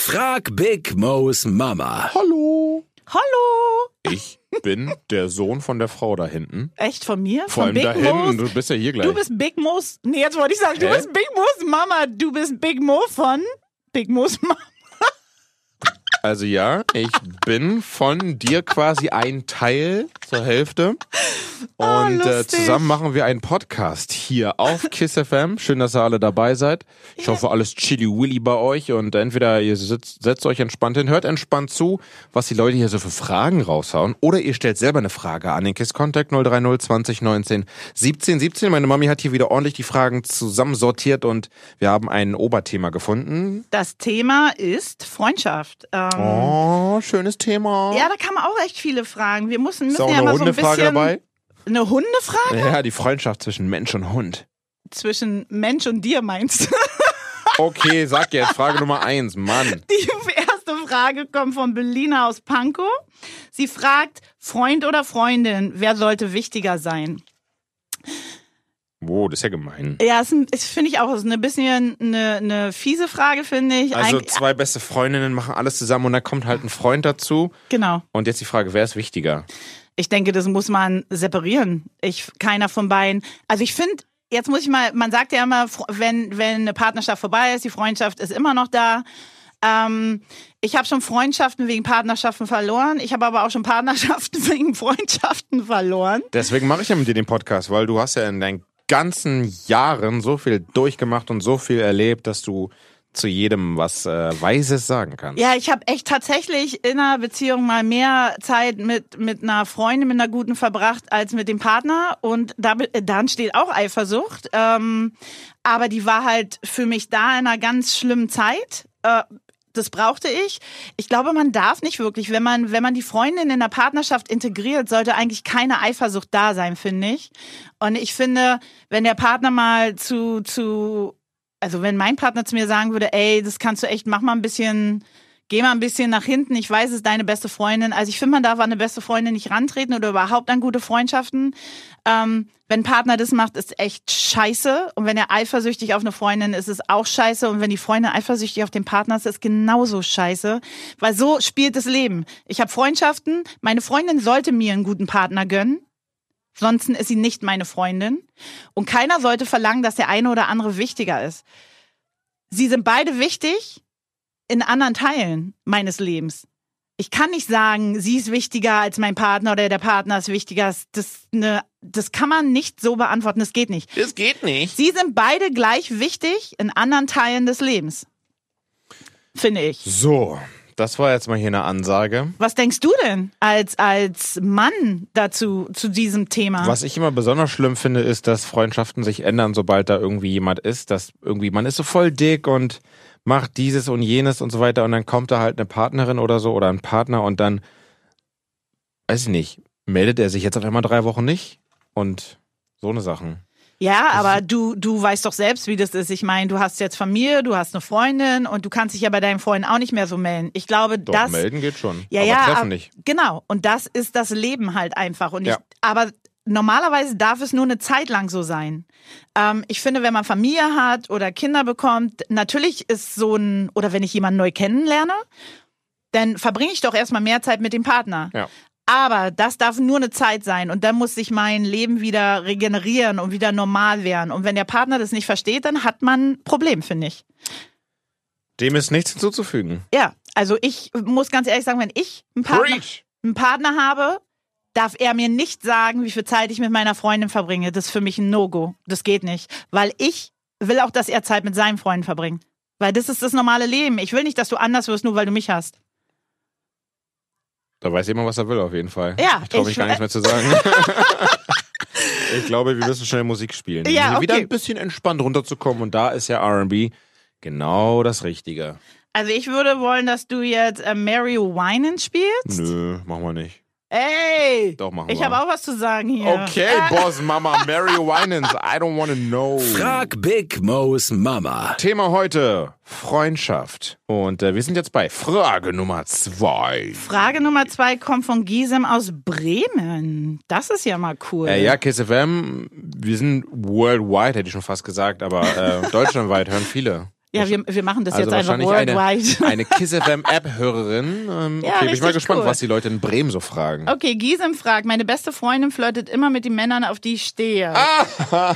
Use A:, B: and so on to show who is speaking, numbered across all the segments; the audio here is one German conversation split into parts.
A: Frag Big Mo's Mama.
B: Hallo.
C: Hallo!
B: Ich bin der Sohn von der Frau da hinten.
C: Echt von mir?
B: Vor
C: von
B: allem da hinten.
C: Mo's?
B: Du bist ja hier gleich.
C: Du bist Big Mo's. Nee, jetzt wollte ich sagen, du
B: Hä?
C: bist Big Mo's Mama. Du bist Big Mo von Big Mo's Mama.
B: also ja, ich bin von dir quasi ein Teil zur Hälfte.
C: Ah,
B: Und äh,
C: lustig.
B: zusammen machen wir einen Podcast hier auf Kiss FM. Schön, dass ihr alle dabei seid. Ich hoffe, alles chilly willy bei euch und entweder ihr sitzt, setzt euch entspannt hin, hört entspannt zu, was die Leute hier so für Fragen raushauen oder ihr stellt selber eine Frage an den Kiss Contact 030 20 19 17 17. Meine Mami hat hier wieder ordentlich die Fragen zusammensortiert und wir haben ein Oberthema gefunden.
C: Das Thema ist Freundschaft. Ähm,
B: Oh, schönes Thema.
C: Ja, da kamen auch echt viele Fragen. Wir mussten,
B: Ist
C: müssen
B: auch
C: ja
B: eine
C: mal so ein
B: Hundefrage
C: bisschen...
B: dabei?
C: Eine Hundefrage?
B: Ja, die Freundschaft zwischen Mensch und Hund.
C: Zwischen Mensch und dir meinst du?
B: Okay, sag jetzt Frage Nummer eins, Mann.
C: Die erste Frage kommt von Belina aus Pankow. Sie fragt, Freund oder Freundin, wer sollte wichtiger sein?
B: Wow, das ist ja gemein.
C: Ja, ist, ein- ist finde ich auch ist ein bisschen eine, eine fiese Frage, finde ich.
B: Also
C: Eig-
B: zwei beste Freundinnen machen alles zusammen und dann kommt halt ein Freund dazu.
C: genau.
B: Und jetzt die Frage, wer ist wichtiger?
C: Ich denke, das muss man separieren. Ich, keiner von beiden. Also ich finde, jetzt muss ich mal, man sagt ja immer, Fr- wenn, wenn eine Partnerschaft vorbei ist, die Freundschaft ist immer noch da. Ähm, ich habe schon Freundschaften wegen Partnerschaften verloren. Ich habe aber auch schon Partnerschaften wegen Freundschaften verloren.
B: Deswegen mache ich ja mit dir den Podcast, weil du hast ja in deinen ganzen Jahren so viel durchgemacht und so viel erlebt, dass du zu jedem was äh, Weises sagen kannst.
C: Ja, ich habe echt tatsächlich in einer Beziehung mal mehr Zeit mit, mit einer Freundin, mit einer guten verbracht, als mit dem Partner. Und da, be- äh, dann steht auch Eifersucht. Ähm, aber die war halt für mich da in einer ganz schlimmen Zeit. Äh, das brauchte ich. Ich glaube, man darf nicht wirklich, wenn man, wenn man die Freundin in der Partnerschaft integriert, sollte eigentlich keine Eifersucht da sein, finde ich. Und ich finde, wenn der Partner mal zu, zu, also wenn mein Partner zu mir sagen würde, ey, das kannst du echt, mach mal ein bisschen, geh mal ein bisschen nach hinten, ich weiß, es ist deine beste Freundin. Also ich finde, man darf an eine beste Freundin nicht rantreten oder überhaupt an gute Freundschaften. Ähm, wenn ein Partner das macht, ist echt scheiße. Und wenn er eifersüchtig auf eine Freundin ist, ist auch scheiße. Und wenn die Freundin eifersüchtig auf den Partner ist, ist genauso scheiße. Weil so spielt das Leben. Ich habe Freundschaften. Meine Freundin sollte mir einen guten Partner gönnen. Sonst ist sie nicht meine Freundin. Und keiner sollte verlangen, dass der eine oder andere wichtiger ist. Sie sind beide wichtig in anderen Teilen meines Lebens. Ich kann nicht sagen, sie ist wichtiger als mein Partner oder der Partner ist wichtiger. Das, ne, das kann man nicht so beantworten. Das geht nicht.
B: Das geht nicht.
C: Sie sind beide gleich wichtig in anderen Teilen des Lebens. Finde ich.
B: So, das war jetzt mal hier eine Ansage.
C: Was denkst du denn als, als Mann dazu, zu diesem Thema?
B: Was ich immer besonders schlimm finde, ist, dass Freundschaften sich ändern, sobald da irgendwie jemand ist, dass irgendwie man ist so voll dick und macht dieses und jenes und so weiter und dann kommt da halt eine Partnerin oder so oder ein Partner und dann, weiß ich nicht, meldet er sich jetzt auf einmal drei Wochen nicht und so eine Sachen.
C: Ja, aber du, du weißt doch selbst, wie das ist. Ich meine, du hast jetzt Familie, du hast eine Freundin und du kannst dich ja bei deinen Freunden auch nicht mehr so melden. Ich glaube,
B: Doch,
C: das.
B: melden geht schon,
C: Ja,
B: aber
C: ja.
B: treffen
C: ab-
B: nicht.
C: Genau. Und das ist das Leben halt einfach. Und
B: Ja.
C: ich, aber normalerweise darf es nur eine Zeit lang so sein. Ähm, ich finde, wenn man Familie hat oder Kinder bekommt, natürlich ist so ein, oder wenn ich jemanden neu kennenlerne, dann verbringe ich doch erstmal mehr Zeit mit dem Partner.
B: Ja.
C: Aber das darf nur eine Zeit sein und dann muss sich mein Leben wieder regenerieren und wieder normal werden. Und wenn der Partner das nicht versteht, dann hat man ein Problem, finde ich.
B: Dem ist nichts hinzuzufügen.
C: Ja, also ich muss ganz ehrlich sagen, wenn ich einen Partner, einen Partner habe, darf er mir nicht sagen, wie viel Zeit ich mit meiner Freundin verbringe. Das ist für mich ein No-Go. Das geht nicht. Weil ich will auch, dass er Zeit mit seinen Freunden verbringt. Weil das ist das normale Leben. Ich will nicht, dass du anders wirst, nur weil du mich hast.
B: Da weiß jemand, was er will auf jeden Fall.
C: Ja,
B: ich traue mich
C: ich-
B: gar nichts mehr zu sagen. ich glaube, wir müssen schnell Musik spielen. um
C: Ja,
B: hier Wieder
C: okay.
B: ein bisschen entspannt runterzukommen und da ist ja R&B genau das Richtige.
C: Also ich würde wollen, dass du jetzt äh, Mary Winan spielst.
B: Nö, machen wir nicht.
C: Ey!
B: Doch, machen
C: ich
B: wir.
C: habe auch Ah. was zu sagen hier.
B: Okay, Boss Mama, Mary Winans, I don't wanna know.
A: Frag Big Mo's Mama.
B: Thema heute, Freundschaft. Und äh, wir sind jetzt bei Frage Nummer zwei.
C: Frage Nummer zwei kommt von Gisem aus Bremen. Das ist ja mal cool.
B: Äh, ja, Kiss FM, wir sind worldwide, hätte ich schon fast gesagt, aber äh, deutschlandweit hören viele.
C: Ja, wir, wir machen das
B: Also
C: jetzt einfach
B: wahrscheinlich eine,
C: worldwide.
B: eine KissFM-App-Hörerin. Ähm,
C: Ja,
B: okay, bin ich mal
C: richtig
B: gespannt,
C: cool.
B: was die Leute in Bremen so fragen.
C: Okay, Gisem fragt, meine beste Freundin flirtet immer mit den Männern, auf die ich stehe.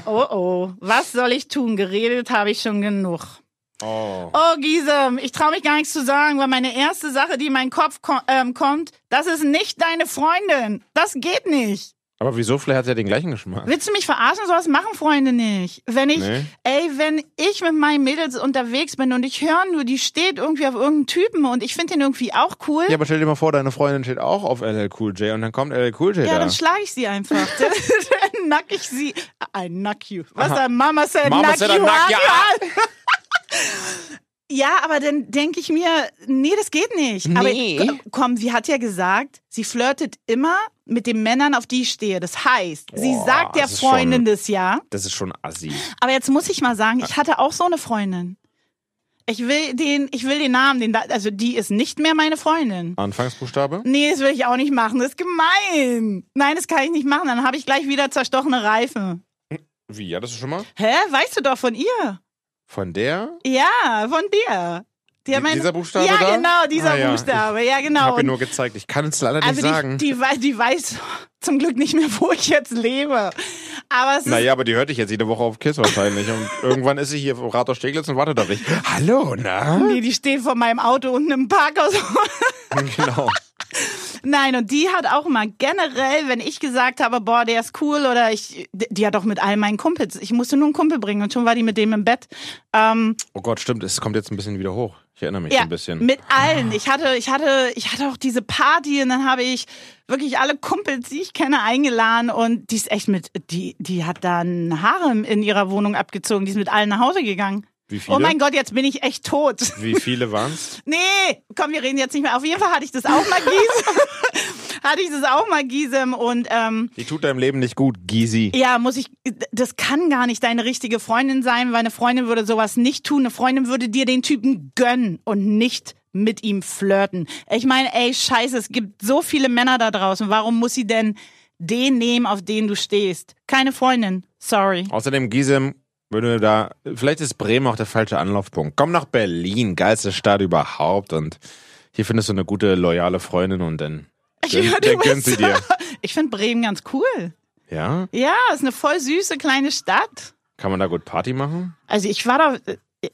C: Oh oh, was soll ich tun? Geredet habe ich schon genug.
B: Oh.
C: Oh Gisem, ich traue mich gar nichts zu sagen, weil meine erste Sache, die in meinen Kopf ko ähm, kommt, das ist nicht deine Freundin. Das geht nicht.
B: Aber wieso? Vielleicht hat er den gleichen Geschmack.
C: Willst du mich verarschen? Sowas machen Freunde nicht. Wenn ich,
B: Nee.
C: ey, wenn ich mit meinen Mädels unterwegs bin und ich höre nur, die steht irgendwie auf irgendeinem Typen und ich finde den irgendwie auch cool,
B: Ja, aber stell dir mal vor, deine Freundin steht auch auf LL Cool J und dann kommt LL Cool J
C: Ja,
B: da.
C: dann schlage ich sie einfach. dann nack ich sie. I knock you. Was dann? Mama said,
B: Mama
C: knock
B: said I
C: you
B: knock
C: out.
B: you
C: ja, aber dann denke ich mir, nee, das geht nicht.
B: Nee.
C: Aber komm, sie hat ja gesagt, sie flirtet immer mit den Männern, auf die ich stehe. Das heißt, sie
B: Boah,
C: sagt der
B: das ist schon-
C: Freundin das ja.
B: Das ist schon assi.
C: Aber jetzt muss ich mal sagen, ich hatte auch so eine Freundin. Ich will den, ich will den Namen, den, da- also die ist nicht mehr meine
B: Ah.
C: Freundin.
B: Anfangsbuchstabe?
C: Nee, das will ich auch nicht machen. Das ist gemein. Nein, das kann ich nicht machen. Dann habe ich gleich wieder zerstochene Reifen.
B: Wie? Ja, das ist schon mal?
C: Hä? Weißt du doch von ihr?
B: Von
C: Genau,
B: der?
C: Ja, von dir. Die hat
B: Die-
C: meine-
B: dieser Buchstabe
C: Ja,
B: da?
C: genau, dieser
B: Ah, ja.
C: Buchstabe. Ja,
B: Ich
C: genau.
B: habe
C: Und
B: ihr nur gezeigt. Ich kann es leider nicht
C: also
B: sagen.
C: Die, die, wei- die weiß zum Glück nicht mehr, wo ich jetzt lebe. Aber es ist
B: naja, aber die hört ich jetzt jede Woche auf Kiss wahrscheinlich. Und irgendwann ist sie hier auf Rathaus Steglitz und wartet auf dich. Hallo, na?
C: Nee, die steht vor meinem Auto unten im Parkhaus.
B: genau.
C: Nein, und die hat auch mal generell, wenn ich gesagt habe, boah, der ist cool oder ich, die die hat auch mit all meinen Kumpels, ich musste nur einen Kumpel bringen und schon war die mit dem im Bett. Ähm,
B: Oh Gott, stimmt. Es kommt jetzt ein bisschen wieder hoch. Ich erinnere mich
C: ja,
B: ein bisschen.
C: mit allen. Ich hatte, ich hatte, ich hatte auch diese Party und dann habe ich wirklich alle Kumpels, die ich kenne, eingeladen und die ist echt mit, die, die hat dann Harem in ihrer Wohnung abgezogen, die ist mit allen nach Hause gegangen.
B: Wie viele?
C: Oh mein Gott, jetzt bin ich echt tot.
B: Wie viele waren's?
C: Nee, komm, wir reden jetzt nicht mehr. Auf jeden Fall hatte ich das auch mal, Gisem. hatte ich das auch mal, Gisem. Und ähm,
B: Die tut deinem Leben nicht gut, Gysi.
C: ja, muss ich, das kann gar nicht deine richtige Freundin sein, weil eine Freundin würde sowas nicht tun. Eine Freundin würde dir den Typen gönnen und nicht mit ihm flirten. Ich meine, ey, scheiße, es gibt so viele Männer da draußen. Warum muss sie denn den nehmen, auf den du stehst? Keine Freundin. Sorry.
B: Außerdem, Gisem, wenn du da, vielleicht ist Bremen auch der falsche Anlaufpunkt. Komm nach Berlin, geilste Stadt überhaupt. Und hier findest du eine gute, loyale Freundin und dann,
C: Ich
B: dann,
C: höre
B: dann
C: die
B: gönnt sie dir.
C: Whistle. Ich finde Bremen ganz cool.
B: Ja?
C: Ja, ist eine voll süße kleine Stadt.
B: Kann man da gut Party machen?
C: Also ich war da,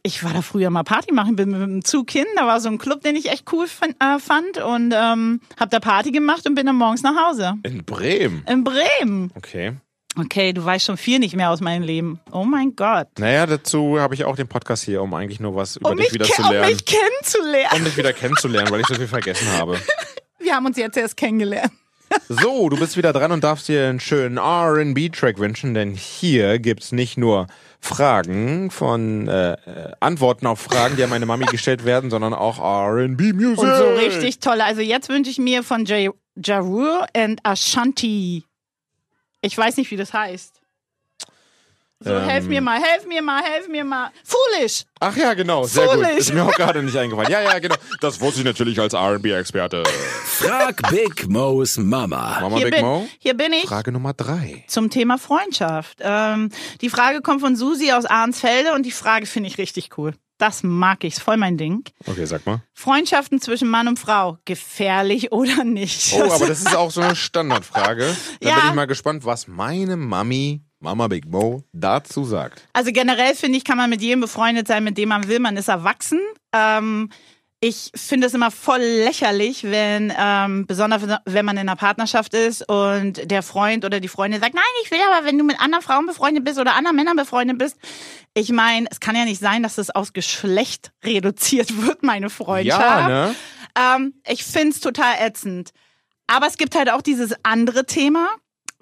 C: ich war da früher mal Party machen, bin mit dem Zug hin, da war so ein Club, den ich echt cool fan- äh, fand und ähm, hab da Party gemacht und bin dann morgens nach Hause.
B: In Bremen.
C: In Bremen.
B: Okay.
C: Okay, du weißt schon viel nicht mehr aus meinem Leben. Oh mein Gott.
B: Naja, dazu habe ich auch den Podcast hier, um eigentlich nur was über
C: Um mich,
B: dich wieder
C: ke
B: zu
C: um
B: lernen.
C: mich kennenzulernen.
B: Um dich wieder kennenzulernen, weil ich so viel vergessen habe.
C: Wir haben uns jetzt erst kennengelernt.
B: So, du bist wieder dran und darfst dir einen schönen RB-Track wünschen, denn hier gibt's nicht nur Fragen von äh, äh, Antworten auf Fragen, die an meine Mami gestellt werden, sondern auch RB-Music.
C: Und so richtig toll. Also jetzt wünsche ich mir von J Jarur and Ashanti. Ich weiß nicht, wie das heißt. So,
B: Ähm.
C: helf mir mal, helf mir mal, helf mir mal. Foolish!
B: Ach ja, genau, sehr gut.
C: Foolish.
B: Ist mir auch gerade nicht eingefallen. Ja, ja, genau. Das wusste ich natürlich als RB-Experte.
A: Frag Big Mo's Mama.
B: Mama
C: Hier
B: Big
C: bin,
B: Mo,
C: hier bin ich.
B: Frage Nummer drei.
C: zum Thema Freundschaft. Ähm, die Frage kommt von Susi aus Ahnsfelde und die Frage finde ich richtig cool. Das mag ich, ist voll mein Ding.
B: Okay, sag mal.
C: Freundschaften zwischen Mann und Frau, gefährlich oder nicht? Also,
B: Oh, aber das ist auch so eine Standardfrage. Dann
C: Ja.
B: bin ich mal gespannt, was meine Mami, Mama Big Mo, dazu sagt.
C: Also generell finde ich, kann man mit jedem befreundet sein, mit dem man will. Man ist erwachsen. Ähm, ich finde es immer voll lächerlich, wenn, ähm, besonders wenn man in einer Partnerschaft ist und der Freund oder die Freundin sagt, nein, ich will aber, wenn du mit anderen Frauen befreundet bist oder anderen Männern befreundet bist. Ich meine, es kann ja nicht sein, dass das aufs Geschlecht reduziert wird, meine Freundschaft.
B: Ja, ne?
C: Ähm, ich find's total ätzend. Aber es gibt halt auch dieses andere Thema.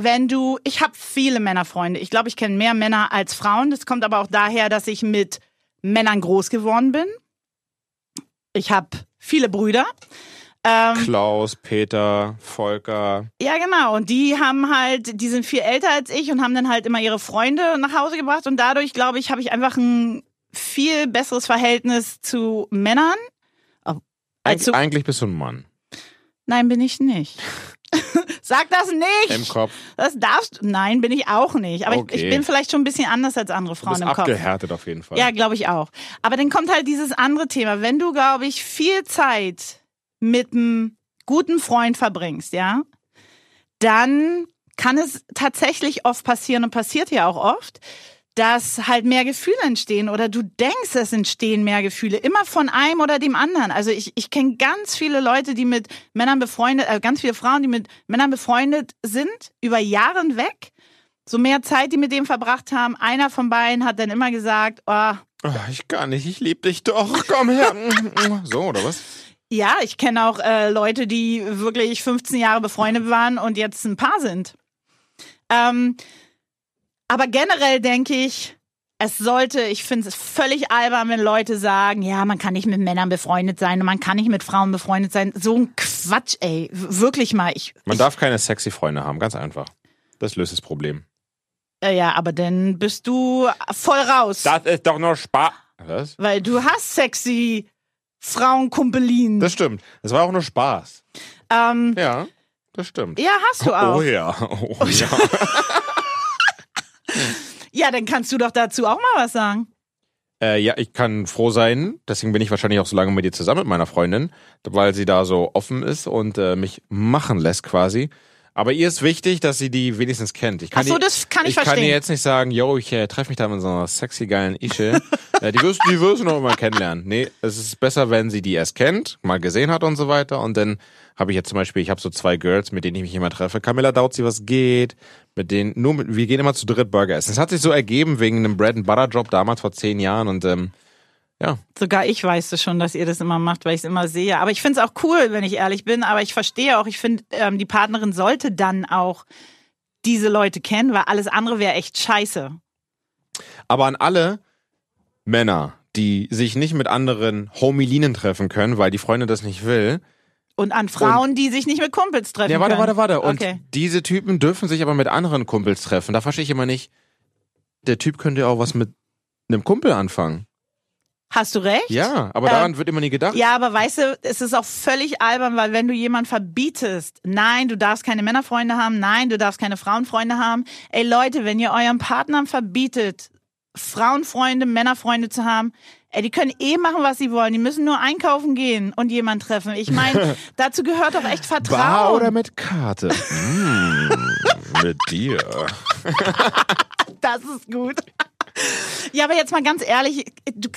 C: Wenn du, ich habe viele Männerfreunde. Ich glaube, ich kenne mehr Männer als Frauen. Das kommt aber auch daher, dass ich mit Männern groß geworden bin. Ich habe viele Brüder. Ähm,
B: Klaus, Peter, Volker,
C: ja, genau. Und die haben halt, die sind viel älter als ich und haben dann halt immer ihre Freunde nach Hause gebracht. Und dadurch, glaube ich, habe ich einfach ein viel besseres Verhältnis zu Männern.
B: Eig
C: Also-
B: eigentlich bist du ein Mann.
C: Nein, bin ich nicht. Sag das nicht!
B: Im Kopf.
C: Das darfst du. Nein, bin ich auch nicht. Aber ich,
B: Okay.
C: ich bin vielleicht schon ein bisschen anders als andere
B: Du
C: Frauen
B: bist
C: im Kopf.
B: abgehärtet auf jeden Fall.
C: Ja, glaube ich auch. Aber dann kommt halt dieses andere Thema. Wenn du, glaube ich, viel Zeit mit einem guten Freund verbringst, ja, dann kann es tatsächlich oft passieren und passiert ja auch oft, dass halt mehr Gefühle entstehen oder du denkst, es entstehen mehr Gefühle, immer von einem oder dem anderen. Also ich, ich kenne ganz viele Leute, die mit Männern befreundet, äh, ganz viele Frauen, die mit Männern befreundet sind, über Jahre hinweg, so mehr Zeit, die mit dem verbracht haben. Einer von beiden hat dann immer gesagt, oh,
B: Oh, ich kann nicht, ich liebe dich doch, komm her. so, oder was?
C: ja, ich kenne auch äh, Leute, die wirklich 15 Jahre befreundet waren und jetzt ein Paar sind. Ähm, aber generell denke ich, es sollte, ich finde es völlig albern, wenn Leute sagen, ja, man kann nicht mit Männern befreundet sein und man kann nicht mit Frauen befreundet sein. So ein Quatsch, ey. W- Wirklich mal. Ich,
B: Man darf keine sexy Freunde haben, ganz einfach. Das löst das Problem.
C: äh, ja, aber dann bist du voll raus.
B: ist doch nur Spaß. Was?
C: weil du hast sexy Frauenkumpelin.
B: Das stimmt. Das war auch nur Spaß.
C: ähm,
B: Ja, das stimmt.
C: ja, hast du auch.
B: Oh ja, oh ja.
C: Ja, dann kannst du doch dazu auch mal was sagen.
B: Äh, ja, ich kann froh sein. Deswegen bin ich wahrscheinlich auch so lange mit dir zusammen mit meiner Freundin, weil sie da so offen ist und äh, mich machen lässt quasi. Aber ihr ist wichtig, dass sie die wenigstens kennt. Ich kann
C: Ach so,
B: ihr-
C: das kann ich
B: kann
C: verstehen.
B: ihr jetzt nicht sagen, yo, ich äh, treffe mich da mit so einer sexy geilen Ische. äh, die wirst, die wirst du noch immer kennenlernen. Nee, es ist besser, wenn sie die erst kennt, mal gesehen hat und so weiter. Und dann habe ich jetzt zum Beispiel, ich habe so zwei Girls, mit denen ich mich immer treffe. Camilla Dautzi, was geht? Mit denen, nur mit, wir gehen immer zu dritt Burger essen. Es hat sich so ergeben wegen einem Bread and Butter Job damals vor zehn Jahren und ähm,
C: Sogar ich weiß es schon, dass ihr das immer macht, weil ich es immer sehe. Aber ich finde es auch cool, wenn ich ehrlich bin. Aber ich verstehe auch, ich finde, ähm, die Partnerin sollte dann auch diese Leute kennen, weil alles andere wäre echt scheiße.
B: Aber an alle Männer, die sich nicht mit anderen Homilinen treffen können, weil die Freundin das nicht will.
C: Und an Frauen, die sich nicht mit Kumpels treffen.
B: Ja, warte, warte,
C: können.
B: warte. Und
C: okay.
B: diese Typen dürfen sich aber mit anderen Kumpels treffen. Da verstehe ich immer nicht, der Typ könnte ja auch was mit einem Kumpel anfangen.
C: Hast du recht?
B: Ja, aber
C: Äh,
B: daran wird immer nie gedacht.
C: Ja, aber weißt du, es ist auch völlig albern, weil wenn du jemand verbietest, nein, du darfst keine Männerfreunde haben, nein, du darfst keine Frauenfreunde haben. Ey Leute, wenn ihr euren Partnern verbietet, Frauenfreunde, Männerfreunde zu haben, ey, die können eh machen, was sie wollen. Die müssen nur einkaufen gehen und jemanden treffen. Ich meine, dazu gehört doch echt Vertrauen.
B: Bar oder mit Karte? mm, mit dir.
C: Das ist gut. ja, aber jetzt mal ganz ehrlich, du,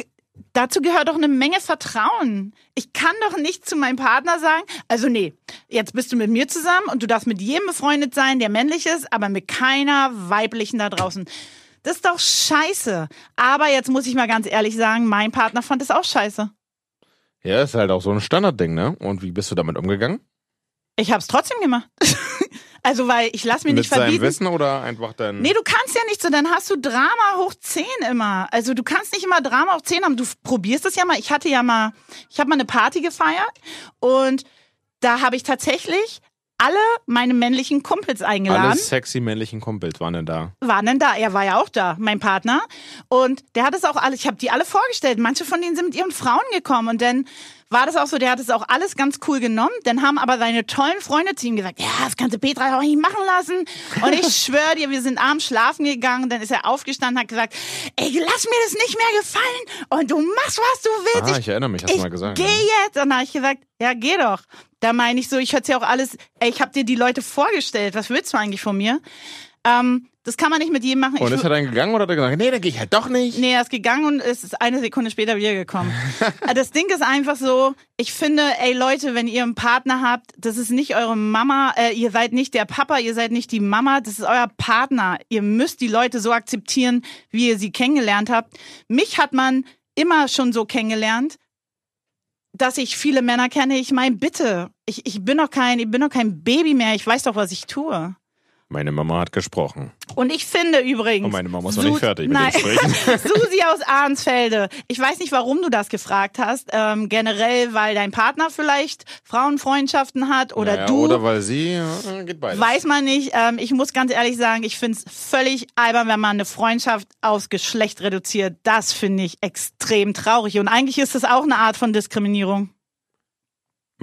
C: dazu gehört doch eine Menge Vertrauen. Ich kann doch nicht zu meinem Partner sagen, also nee, jetzt bist du mit mir zusammen und du darfst mit jedem befreundet sein, der männlich ist, aber mit keiner weiblichen da draußen. Das ist doch scheiße. Aber jetzt muss ich mal ganz ehrlich sagen, mein Partner fand es auch scheiße.
B: Ja, ist halt auch so ein Standardding, ne? Und wie bist du damit umgegangen?
C: Ich hab's trotzdem gemacht. also, weil ich lass mir
B: mit
C: nicht
B: seinem
C: verbieten.
B: Wissen oder einfach dein.
C: Nee, du kannst ja nicht so, dann hast du Drama hoch 10 immer. Also du kannst nicht immer Drama hoch 10 haben. Du f- probierst es ja mal. Ich hatte ja mal, ich habe mal eine Party gefeiert und da habe ich tatsächlich alle meine männlichen Kumpels eingeladen.
B: alle sexy männlichen Kumpels waren denn da.
C: Waren denn da? Er war ja auch da, mein Partner. Und der hat es auch alle, ich habe die alle vorgestellt. Manche von denen sind mit ihren Frauen gekommen und dann war das auch so, der hat es auch alles ganz cool genommen. Dann haben aber seine tollen Freunde zu ihm gesagt, ja, das kannst du Petra auch nicht machen lassen. Und ich schwöre dir, wir sind abends schlafen gegangen. Dann ist er aufgestanden und hat gesagt, ey, lass mir das nicht mehr gefallen und du machst, was du willst.
B: Ah, ich erinnere mich, hast du mal gesagt.
C: Geh
B: ja.
C: jetzt! Und dann habe ich gesagt, ja, geh doch. Da meine ich so, ich hör's ja auch alles, ey, ich habe dir die Leute vorgestellt, was willst du eigentlich von mir? Ähm, das kann man nicht mit jedem machen.
B: Und
C: ich,
B: ist er dann gegangen oder hat er gesagt, nee, dann gehe ich halt doch nicht?
C: nee, er ist gegangen und es ist eine Sekunde später wieder gekommen. Aber das Ding ist einfach so, ich finde, ey Leute, wenn ihr einen Partner habt, das ist nicht eure Mama, äh, ihr seid nicht der Papa, ihr seid nicht die Mama, das ist euer Partner. Ihr müsst die Leute so akzeptieren, wie ihr sie kennengelernt habt. Mich hat man immer schon so kennengelernt, dass ich viele Männer kenne. Ich meine, bitte, ich, ich bin doch kein, ich bin doch kein Baby mehr, ich weiß doch, was ich tue.
B: Meine Mama hat gesprochen.
C: Und ich finde übrigens.
B: Und Oh, meine Mama ist noch nicht
C: Su-
B: fertig mit
C: Nein.
B: dem Sprechen.
C: Susi aus Ahnsfelde. Ich weiß nicht, warum du das gefragt hast. Ähm, generell, weil dein Partner vielleicht Frauenfreundschaften hat oder
B: Naja,
C: du.
B: Oder weil sie, äh, geht beides.
C: Weiß man nicht. Ähm, ich muss ganz ehrlich sagen, ich finde es völlig albern, wenn man eine Freundschaft aufs Geschlecht reduziert. Das finde ich extrem traurig. Und eigentlich ist das auch eine Art von Diskriminierung.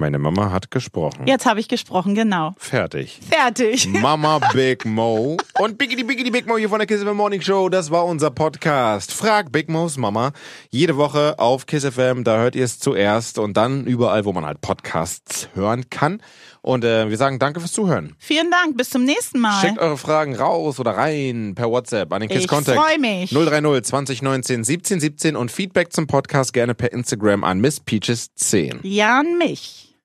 B: Meine Mama hat gesprochen.
C: Jetzt habe ich gesprochen, genau.
B: Fertig. Hm.
C: Fertig.
B: Mama Big Mo und Biggity Biggity Big Mo hier von der Kiss FM Morning Show. Das war unser Podcast. Frag Big Mo's Mama. Jede Woche auf Kiss FM. Da hört ihr es zuerst und dann überall, wo man halt Podcasts hören kann. Und äh, wir sagen Danke fürs Zuhören.
C: Vielen Dank. Bis zum nächsten Mal.
B: Schickt eure Fragen raus oder rein per WhatsApp an den Kiss
C: Ich
B: Contact.
C: freu mich.
B: 030 2019 1717 und Feedback zum Podcast gerne per Instagram an Miss Peaches 10.
C: Jan mich.